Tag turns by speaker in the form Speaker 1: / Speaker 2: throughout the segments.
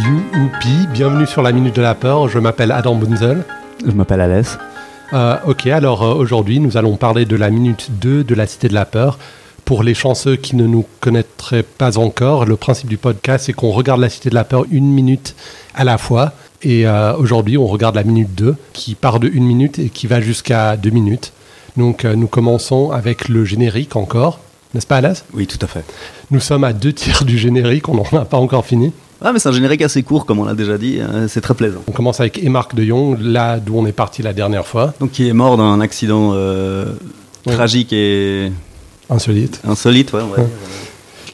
Speaker 1: Youpi, bienvenue sur la Minute de la Peur. Je m'appelle Adam Bunzel.
Speaker 2: Je m'appelle Alès.
Speaker 1: Euh, ok, alors euh, aujourd'hui, nous allons parler de la Minute 2 de la Cité de la Peur. Pour les chanceux qui ne nous connaîtraient pas encore, le principe du podcast, c'est qu'on regarde la Cité de la Peur une minute à la fois. Et euh, aujourd'hui, on regarde la Minute 2, qui part de une minute et qui va jusqu'à deux minutes. Donc, euh, nous commençons avec le générique encore. N'est-ce pas, Alas
Speaker 2: Oui, tout à fait.
Speaker 1: Nous sommes à deux tiers du générique, on n'en a pas encore fini.
Speaker 2: Ah, mais c'est un générique assez court, comme on l'a déjà dit. euh, C'est très plaisant.
Speaker 1: On commence avec Emarc de Jong, là d'où on est parti la dernière fois.
Speaker 2: Donc, qui est mort d'un accident euh,
Speaker 1: Ouais.
Speaker 2: tragique et
Speaker 1: Insolite.
Speaker 2: insolite, ouais, ouais.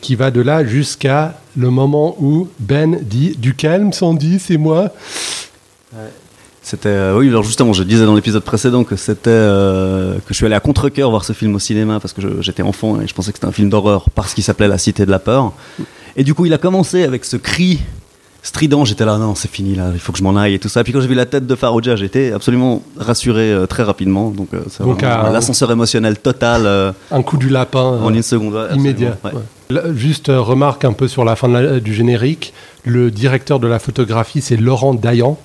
Speaker 1: qui va de là jusqu'à le moment où Ben dit du calme, Sandy, c'est moi.
Speaker 2: C'était, euh, oui, alors justement, je disais dans l'épisode précédent que c'était euh, que je suis allé à contre-cœur voir ce film au cinéma parce que je- j'étais enfant et je pensais que c'était un film d'horreur parce qu'il s'appelait La Cité de la Peur. Et du coup, il a commencé avec ce cri strident. J'étais là, non, c'est fini là, il faut que je m'en aille et tout ça. Puis quand j'ai vu la tête de Farouja, j'étais absolument rassuré euh, très rapidement. Donc, euh, c'est
Speaker 1: Donc,
Speaker 2: vraiment
Speaker 1: à-
Speaker 2: l'ascenseur émotionnel total. euh,
Speaker 1: Un coup du lapin
Speaker 2: En
Speaker 1: euh,
Speaker 2: une seconde, ouais, absolument,
Speaker 1: immédiat.
Speaker 2: ouais.
Speaker 1: Ouais. Là, Juste euh, remarque un peu sur la fin de la- du générique, le directeur de la photographie, c'est Laurent Dayan,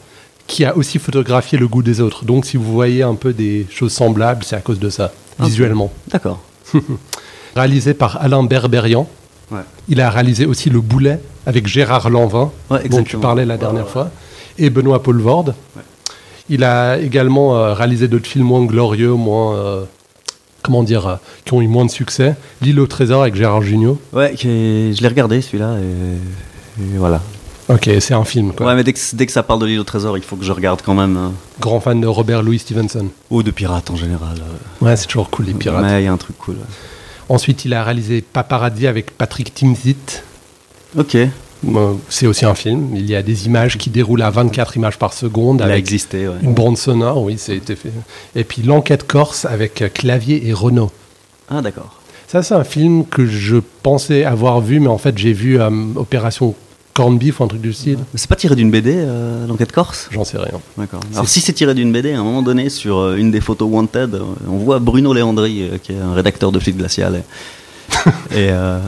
Speaker 1: qui a aussi photographié le goût des autres. Donc si vous voyez un peu des choses semblables, c'est à cause de ça,
Speaker 2: Ah.
Speaker 1: visuellement.
Speaker 2: D'accord.
Speaker 1: Réalisé par Alain Berberian.
Speaker 2: Ouais.
Speaker 1: Il a réalisé aussi Le Boulet avec Gérard Lanvin,
Speaker 2: Ouais,
Speaker 1: dont
Speaker 2: exactement.
Speaker 1: tu parlais la
Speaker 2: Ouais,
Speaker 1: dernière
Speaker 2: ouais.
Speaker 1: fois, et Benoît Paulvorde. Il a également euh, réalisé d'autres films moins glorieux, moins. euh, comment dire euh, Qui ont eu moins de succès. L'île au trésor avec Gérard Jugnot.
Speaker 2: Ouais, qui est- je l'ai regardé celui-là et, et voilà.
Speaker 1: Ok, c'est un film, quoi.
Speaker 2: Ouais, mais dès que, dès que ça parle de l'île au trésor, il faut que je regarde quand même. hein.
Speaker 1: Grand fan de Robert Louis Stevenson.
Speaker 2: Ou de pirates en général. euh.
Speaker 1: Ouais, c'est toujours cool, les pirates.
Speaker 2: Mais il y a un truc cool.
Speaker 1: Ensuite, il a réalisé Paparazzi avec Patrick Timsit.
Speaker 2: Ok.
Speaker 1: Euh, C'est aussi un film. Il y a des images qui déroulent à 24 images par seconde.
Speaker 2: Il a
Speaker 1: avec
Speaker 2: existé, ouais.
Speaker 1: Une bande sonore, oui, c'était fait. Et puis l'enquête corse avec euh, Clavier et Renault.
Speaker 2: Ah, d'accord.
Speaker 1: Ça, c'est un film que je pensais avoir vu, mais en fait, j'ai vu euh, Opération Corned Beef ou un truc du style.
Speaker 2: Mais C'est pas tiré d'une BD, euh, l'enquête corse
Speaker 1: J'en sais rien.
Speaker 2: D'accord. Alors, si c'est tiré d'une BD, à un moment donné, sur euh, une des photos Wanted, euh, on voit Bruno Léandri, euh, qui est un rédacteur de Flic Glacial, et, et, euh,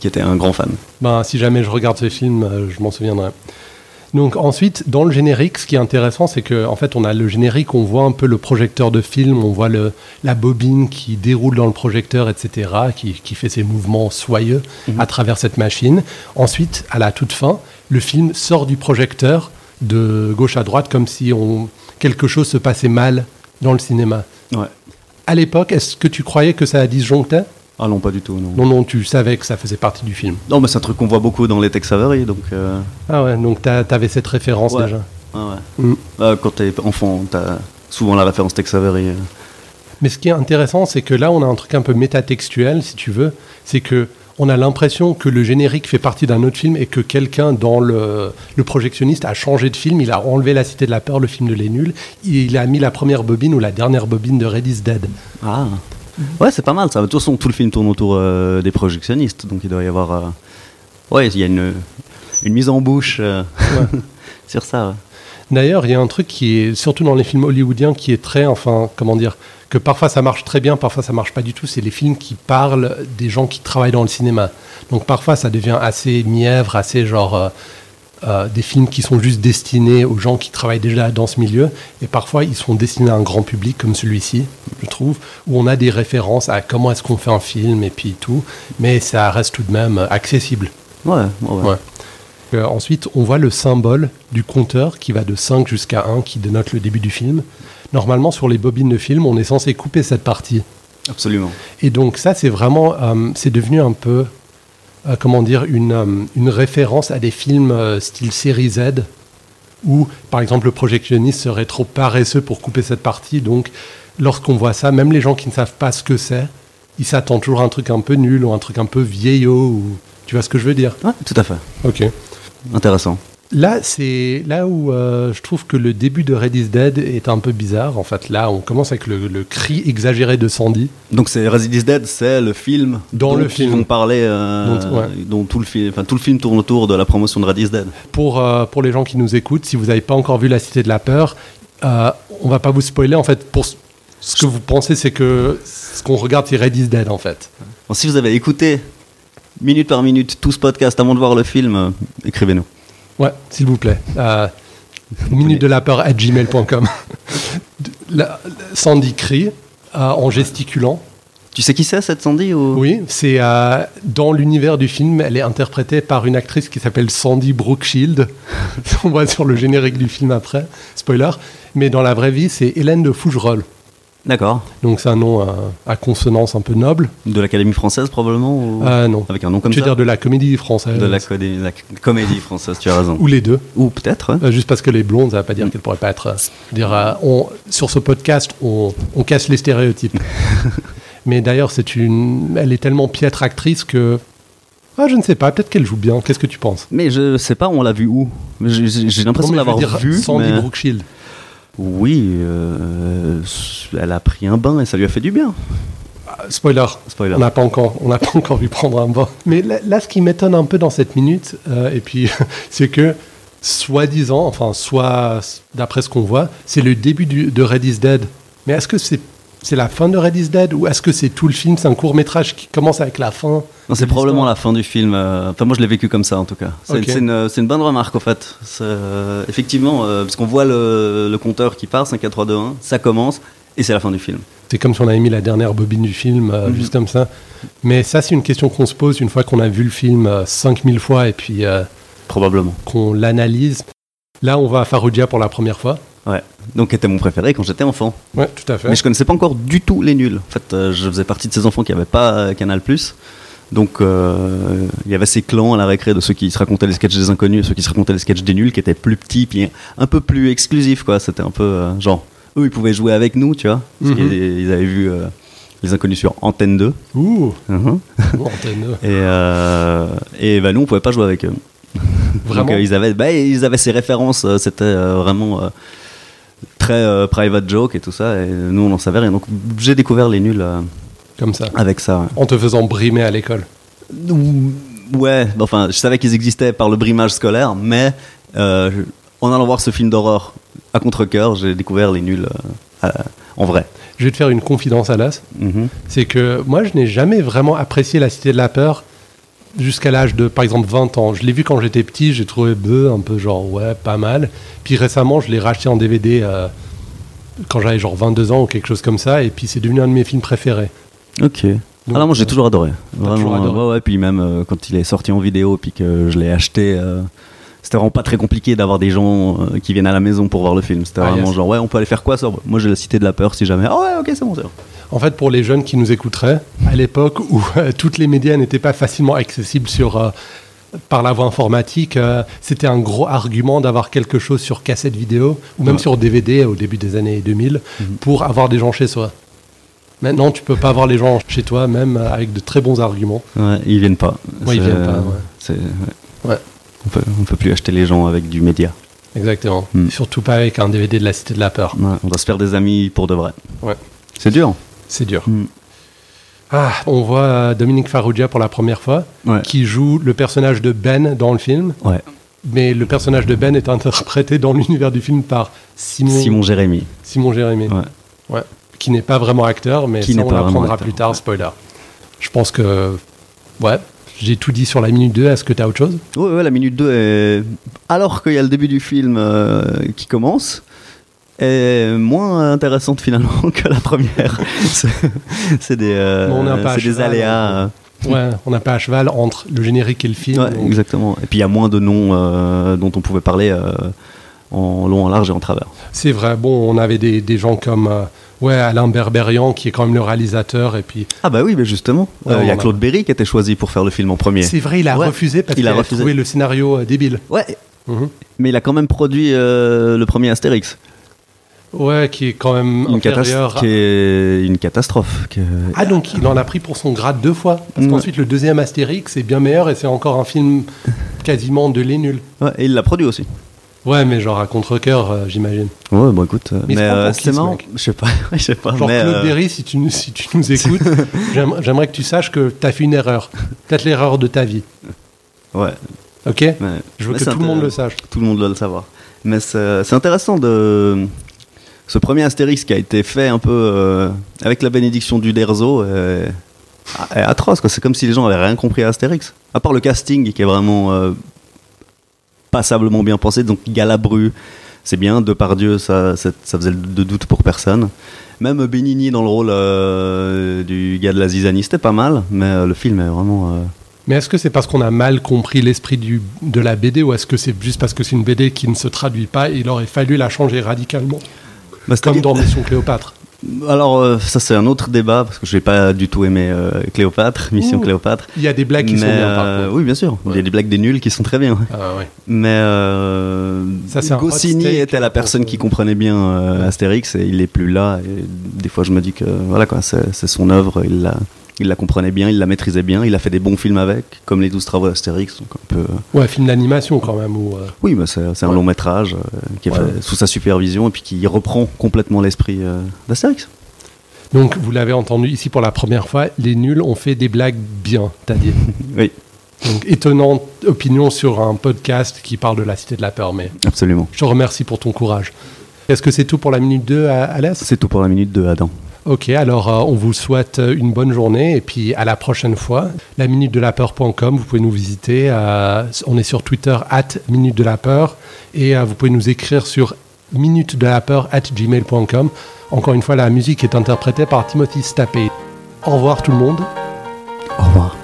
Speaker 2: qui était un grand fan.
Speaker 1: Ben, si jamais je regarde ce film, euh, je m'en souviendrai. Donc ensuite, dans le générique, ce qui est intéressant, c'est que en fait, on a le générique, on voit un peu le projecteur de film, on voit le, la bobine qui déroule dans le projecteur, etc., qui, qui fait ses mouvements soyeux à travers cette machine. Ensuite, à la toute fin, le film sort du projecteur de gauche à droite, comme si on, quelque chose se passait mal dans le cinéma.
Speaker 2: Ouais.
Speaker 1: À l'époque, est-ce que tu croyais que ça disjonctait
Speaker 2: Ah non, pas du tout, non.
Speaker 1: Non, non, tu savais que ça faisait partie du film.
Speaker 2: Non, mais c'est un truc qu'on voit beaucoup dans les Tech Savory, donc. euh,
Speaker 1: Ah ouais, donc t'as- t'avais cette référence
Speaker 2: Ouais.
Speaker 1: déjà.
Speaker 2: ouais, ouais.
Speaker 1: Mm.
Speaker 2: Euh, quand t'es enfant, t'as souvent la référence Tex Avery. euh.
Speaker 1: Mais ce qui est intéressant, c'est que là, on a un truc un peu métatextuel, si tu veux. C'est que on a l'impression que le générique fait partie d'un autre film et que quelqu'un dans le, le projectionniste a changé de film. Il a enlevé La Cité de la Peur, le film de Les Nuls. Il a mis la première bobine ou la dernière bobine de Red is Dead.
Speaker 2: Ah. Ouais, c'est pas mal ça. De toute façon, tout le film tourne autour euh, des projectionnistes, donc il doit y avoir. euh, Ouais, il y a une, une mise en bouche euh, sur ça. ouais.
Speaker 1: D'ailleurs, il y a un truc qui est, surtout dans les films hollywoodiens, qui est très, enfin, comment dire, que parfois ça marche très bien, parfois ça marche pas du tout, c'est les films qui parlent des gens qui travaillent dans le cinéma. Donc parfois ça devient assez mièvre, assez genre euh, euh, des films qui sont juste destinés aux gens qui travaillent déjà dans ce milieu, et parfois ils sont destinés à un grand public comme celui-ci, je trouve, où on a des références à comment est-ce qu'on fait un film et puis tout, mais ça reste tout de même accessible.
Speaker 2: Ouais, ouais, ouais.
Speaker 1: Ouais. Euh, ensuite, on voit le symbole du compteur qui va de 5 jusqu'à 1, qui dénote le début du film. Normalement, sur les bobines de film, on est censé couper cette partie.
Speaker 2: absolument.
Speaker 1: Et donc ça, c'est vraiment, euh, c'est devenu un peu, euh, comment dire, une, euh, une référence à des films euh, style série Z, où, par exemple, le projectionniste serait trop paresseux pour couper cette partie. Donc, lorsqu'on voit ça, même les gens qui ne savent pas ce que c'est, ils s'attendent toujours à un truc un peu nul ou un truc un peu vieillot. Ou... Tu vois ce que je veux dire
Speaker 2: Ouais, tout à fait.
Speaker 1: Ok.
Speaker 2: Intéressant.
Speaker 1: Là, c'est là où euh, je trouve que le début de Red is Dead est un peu bizarre. En fait, là, on commence avec le, le cri exagéré de Sandy.
Speaker 2: Donc c'est Resident Dead, c'est le film
Speaker 1: Dans
Speaker 2: dont
Speaker 1: le
Speaker 2: ils
Speaker 1: film.
Speaker 2: vont parler, euh,
Speaker 1: Dont- ouais.
Speaker 2: dont tout le film, enfin tout le film tourne autour de la promotion de Resident Dead.
Speaker 1: Pour, euh, pour les gens qui nous écoutent, si vous n'avez pas encore vu La Cité de la Peur, euh, on va pas vous spoiler. En fait, pour ce- ce que vous pensez, c'est que ce qu'on regarde, c'est Red is Dead, en fait.
Speaker 2: Bon, si vous avez écouté minute par minute tout ce podcast avant de voir le film, euh, écrivez-nous.
Speaker 1: Ouais, s'il vous plaît. Euh, minute de la peur à gmail.com. La- Sandy crie euh, en gesticulant.
Speaker 2: Tu sais qui c'est, cette Sandy ou...
Speaker 1: Oui, c'est euh, dans l'univers du film, elle est interprétée par une actrice qui s'appelle Sandy Brookshield. On voit sur le générique du film après, spoiler. Mais dans la vraie vie, c'est Hélène de Fougerolles.
Speaker 2: D'accord.
Speaker 1: Donc c'est un nom euh, à consonance un peu noble.
Speaker 2: De l'Académie française, probablement ou...
Speaker 1: Euh, non.
Speaker 2: Avec un nom comme
Speaker 1: tu veux
Speaker 2: ça
Speaker 1: dire de la comédie française
Speaker 2: De la, codé- la comédie française, tu as raison.
Speaker 1: Ou les deux.
Speaker 2: Ou peut-être. hein.
Speaker 1: Euh, juste parce que les blondes, ça ne veut pas dire qu'elles pourraient pas être. euh, je veux dire, euh, on- sur ce podcast, on, on casse les stéréotypes. Mais d'ailleurs, c'est une, elle est tellement piètre actrice que. Ah, je ne sais pas, peut-être qu'elle joue bien. Qu'est-ce que tu penses
Speaker 2: Mais je sais pas, on l'a vu où J'ai j'ai- j'ai l'impression de
Speaker 1: Non, mais je
Speaker 2: l'avoir
Speaker 1: veux dire,
Speaker 2: vu.
Speaker 1: Sandy
Speaker 2: mais-
Speaker 1: Brookshield.
Speaker 2: Oui, euh, elle a pris un bain et ça lui a fait du bien.
Speaker 1: Euh, Spoiler.
Speaker 2: Spoiler.
Speaker 1: On n'a pas encore, on n'a pas encore vu prendre un bain. Mais là, là, ce qui m'étonne un peu dans cette minute, euh, et puis c'est que soi-disant, enfin soit d'après ce qu'on voit, c'est le début du- de Red is Dead. Mais est-ce que c'est c'est la fin de Red is Dead ou est-ce que c'est tout le film C'est un court métrage qui commence avec la fin.
Speaker 2: Non, c'est probablement la fin du film. euh, Enfin, moi, je l'ai vécu comme ça, en tout cas. C'est
Speaker 1: Ok.
Speaker 2: c'est une, euh, c'est une bonne remarque, en fait. C'est, euh, effectivement, euh, parce qu'on voit le, le compteur qui part, 5, 4, 3, 2, 1, ça commence, et c'est la fin du film.
Speaker 1: C'est comme si on avait mis la dernière bobine du film, euh,
Speaker 2: Mhm.
Speaker 1: juste comme ça. Mais ça, c'est une question qu'on se pose une fois qu'on a vu le film euh, 5000 fois et puis euh,
Speaker 2: Probablement.
Speaker 1: qu'on l'analyse. Là, on va à Faroudia pour la première fois.
Speaker 2: Ouais. Donc, qui était mon préféré quand j'étais enfant.
Speaker 1: Ouais, tout à fait.
Speaker 2: Mais je connaissais pas encore du tout les nuls. En fait, euh, je faisais partie de ces enfants qui n'avaient pas euh, Canal+. Donc, euh, il y avait ces clans à la récré de ceux qui se racontaient les sketchs des inconnus et ceux qui se racontaient les sketchs des nuls, qui étaient plus petits, puis un peu plus exclusifs, quoi. C'était un peu euh, genre, eux, ils pouvaient jouer avec nous, tu vois. Parce
Speaker 1: Mhm.
Speaker 2: qu'ils ils avaient vu euh, les inconnus sur Antenne 2.
Speaker 1: Ouh,
Speaker 2: Mhm.
Speaker 1: bon, antenne.
Speaker 2: Et, euh, et bah, nous, on pouvait pas jouer avec eux.
Speaker 1: Vraiment.
Speaker 2: Donc, euh, ils, avaient, bah, ils avaient ces références, euh, c'était euh, vraiment euh, très euh, private joke et tout ça, et nous on n'en savait rien. Donc j'ai découvert les nuls euh,
Speaker 1: Comme ça.
Speaker 2: avec ça. ouais.
Speaker 1: En te faisant brimer à l'école.
Speaker 2: Ouh, Ouais, bah, enfin je savais qu'ils existaient par le brimage scolaire, mais euh, en allant voir ce film d'horreur à contre-coeur, j'ai découvert les nuls euh, à- en vrai.
Speaker 1: Je vais te faire une confidence, Alas.
Speaker 2: Mhm.
Speaker 1: C'est que moi, je n'ai jamais vraiment apprécié La Cité de la Peur jusqu'à l'âge de, par exemple, 20 ans. Je l'ai vu quand j'étais petit, j'ai trouvé bœuf, un peu genre, ouais, pas mal. Puis récemment, je l'ai racheté en DVD euh, quand j'avais genre 22 ans ou quelque chose comme ça. Et puis, c'est devenu un de mes films préférés.
Speaker 2: Ok.
Speaker 1: Donc,
Speaker 2: Alors moi j'ai
Speaker 1: euh,
Speaker 2: toujours adoré. Vraiment.
Speaker 1: toujours adoré.
Speaker 2: Ouais, ouais, puis même euh, quand il est sorti en vidéo, puis que je l'ai acheté, euh, c'était vraiment pas très compliqué d'avoir des gens euh, qui viennent à la maison pour voir le film. C'était
Speaker 1: Ah,
Speaker 2: vraiment
Speaker 1: yes.
Speaker 2: genre ouais, on peut aller faire quoi ça Moi j'ai la cité de la peur si jamais. Ah ouais, ok, c'est bon. c'est bon.
Speaker 1: En fait, pour les jeunes qui nous écouteraient, à l'époque où euh, toutes les médias n'étaient pas facilement accessibles sur, euh, par la voie informatique, euh, c'était un gros argument d'avoir quelque chose sur cassette vidéo ou même
Speaker 2: Ouais.
Speaker 1: sur DVD au début des années 2000 pour avoir des gens chez soi. Maintenant, tu peux pas avoir les gens chez toi, même euh, avec de très bons arguments.
Speaker 2: Ouais, ils viennent pas.
Speaker 1: Ouais, ils
Speaker 2: C'est-
Speaker 1: viennent pas, ouais.
Speaker 2: c'est- ouais.
Speaker 1: Ouais.
Speaker 2: On peut, on peut plus acheter les gens avec du média.
Speaker 1: Exactement.
Speaker 2: Mm.
Speaker 1: Surtout pas avec un DVD de la Cité de la Peur.
Speaker 2: Ouais, on doit se faire des amis pour de vrai.
Speaker 1: Ouais.
Speaker 2: C'est dur.
Speaker 1: C'est dur.
Speaker 2: Mm.
Speaker 1: Ah, on voit euh, Dominique Farrugia pour la première fois,
Speaker 2: Ouais.
Speaker 1: qui joue le personnage de Ben dans le film.
Speaker 2: Ouais.
Speaker 1: Mais le personnage de Ben est interprété dans l'univers du film par Simon, Simon.
Speaker 2: Simon Jérémy.
Speaker 1: Jérémy,
Speaker 2: Ouais.
Speaker 1: Ouais. qui n'est pas vraiment acteur, mais
Speaker 2: Qui
Speaker 1: ça
Speaker 2: n'est
Speaker 1: on
Speaker 2: pas vraiment
Speaker 1: l'apprendra
Speaker 2: acteur,
Speaker 1: plus tard,
Speaker 2: ouais.
Speaker 1: spoiler. Je pense que, ouais, j'ai tout dit sur la minute 2, est-ce que tu as autre chose
Speaker 2: Ouais, ouais, la minute 2 est. Alors qu'il y a le début du film euh, qui commence, est moins intéressante finalement que la première. c'est c'est des, euh,
Speaker 1: Mais on est un peu à
Speaker 2: c'est des
Speaker 1: cheval,
Speaker 2: aléas.
Speaker 1: Ouais, on n'a pas à cheval entre le générique et le film.
Speaker 2: euh. Ouais,
Speaker 1: donc-
Speaker 2: exactement. Et puis il y a moins de noms euh, dont on pouvait parler euh, en long, en large et en travers.
Speaker 1: C'est vrai, bon, on avait des, des gens comme euh, ouais, Alain Berberian, qui est quand même le réalisateur, et puis...
Speaker 2: Ah bah oui, mais justement. Euh, Il
Speaker 1: Ouais,
Speaker 2: y a
Speaker 1: on a-
Speaker 2: Claude Berry qui était choisi pour faire le film en premier.
Speaker 1: C'est vrai, il a
Speaker 2: Ouais,
Speaker 1: refusé parce
Speaker 2: il
Speaker 1: qu'il
Speaker 2: a
Speaker 1: a,
Speaker 2: refusé.
Speaker 1: trouvé le scénario euh, débile.
Speaker 2: Ouais,
Speaker 1: Mhm.
Speaker 2: mais il a quand même produit euh, le premier Astérix.
Speaker 1: Ouais, qui est quand même
Speaker 2: Une, catas-
Speaker 1: inférieur à-
Speaker 2: qui est une catastrophe. qui est-
Speaker 1: Ah donc il en a pris pour son grade deux fois. Parce
Speaker 2: Ouais.
Speaker 1: qu'ensuite le deuxième Astérix est bien meilleur et c'est encore un film quasiment de les nuls.
Speaker 2: Ouais, et il l'a produit aussi.
Speaker 1: Ouais mais genre à contre-coeur euh, j'imagine.
Speaker 2: Ouais, bon écoute, euh,
Speaker 1: Mais
Speaker 2: mais
Speaker 1: il se prend
Speaker 2: euh,
Speaker 1: pour qui,
Speaker 2: c'est
Speaker 1: ce
Speaker 2: marrant.
Speaker 1: mec
Speaker 2: Je sais pas, je sais pas.
Speaker 1: Genre
Speaker 2: mais,
Speaker 1: Claude
Speaker 2: euh,
Speaker 1: Berry si tu, nous- si tu nous écoutes, j'aime- j'aimerais que tu saches que t'as fait une erreur. Peut-être l'erreur de ta vie.
Speaker 2: ouais,
Speaker 1: Ok
Speaker 2: mais-
Speaker 1: Je veux
Speaker 2: mais
Speaker 1: que
Speaker 2: c'est
Speaker 1: tout le monde
Speaker 2: intér-
Speaker 1: le sache.
Speaker 2: Tout le monde doit le savoir. Mais c'est c'est intéressant de ce premier Astérix qui a été fait un peu euh, avec la bénédiction du Derzo est, est atroce. quoi. C'est comme si les gens avaient rien compris à Astérix, à part le casting qui est vraiment euh, passablement bien pensé. Donc Galabru, c'est bien. Depardieu, ça, ça, ça faisait de doute pour personne. Même Benigni dans le rôle euh, du gars de la zizanie, c'était pas mal, mais euh, le film est vraiment. euh,
Speaker 1: Mais est-ce que c'est parce qu'on a mal compris l'esprit du- de la BD ou est-ce que c'est juste parce que c'est une BD qui ne se traduit pas et il aurait fallu la changer radicalement
Speaker 2: bah, c'était
Speaker 1: Comme
Speaker 2: bien.
Speaker 1: dans Mission Cléopâtre.
Speaker 2: Alors, euh, ça, c'est un autre débat, parce que je n'ai pas du tout aimé euh, Cléopâtre, Mission
Speaker 1: Ouh.
Speaker 2: Cléopâtre.
Speaker 1: Il y a des blagues qui sont
Speaker 2: Mais,
Speaker 1: bien, par
Speaker 2: euh,
Speaker 1: contre.
Speaker 2: oui, bien sûr. Il y a
Speaker 1: Ouais.
Speaker 2: des blagues des nuls qui sont très bien.
Speaker 1: Ah, ouais.
Speaker 2: Mais euh,
Speaker 1: Ça, c'est un
Speaker 2: Goscinny
Speaker 1: hot take.
Speaker 2: était la personne qui comprenait bien euh, Astérix et il n'est plus là. Et des fois, je me dis que voilà quoi, c'est c'est son œuvre. Il la, il la comprenait bien, il la maîtrisait bien, il a fait des bons films avec, comme les 12 travaux d'Astérix. donc un peu, euh,
Speaker 1: Ouais, film d'animation quand même. Où, euh,
Speaker 2: Oui, mais c'est c'est un
Speaker 1: Ouais.
Speaker 2: long métrage euh, qui est
Speaker 1: Ouais.
Speaker 2: fait sous sa supervision et puis qui reprend complètement l'esprit euh, d'Astérix.
Speaker 1: Donc, vous l'avez entendu ici pour la première fois, les nuls ont fait des blagues bien, t'as dit.
Speaker 2: Oui,
Speaker 1: Donc, étonnante opinion sur un podcast qui parle de la cité de la peur, mais
Speaker 2: absolument.
Speaker 1: je te remercie pour ton courage. Est-ce que c'est tout pour la minute 2, à- Alès
Speaker 2: C'est tout pour la minute de Adam.
Speaker 1: Ok, alors euh, on vous souhaite euh, une bonne journée et puis à la prochaine fois. La minute de la peur.com, vous pouvez nous visiter. euh, on est sur Twitter, at minute de la peur. Et euh, vous pouvez nous écrire sur minute de la peur, at gmail.com. Encore une fois, la musique est interprétée par Timothy Stappé. Au revoir tout le monde.
Speaker 2: Au revoir.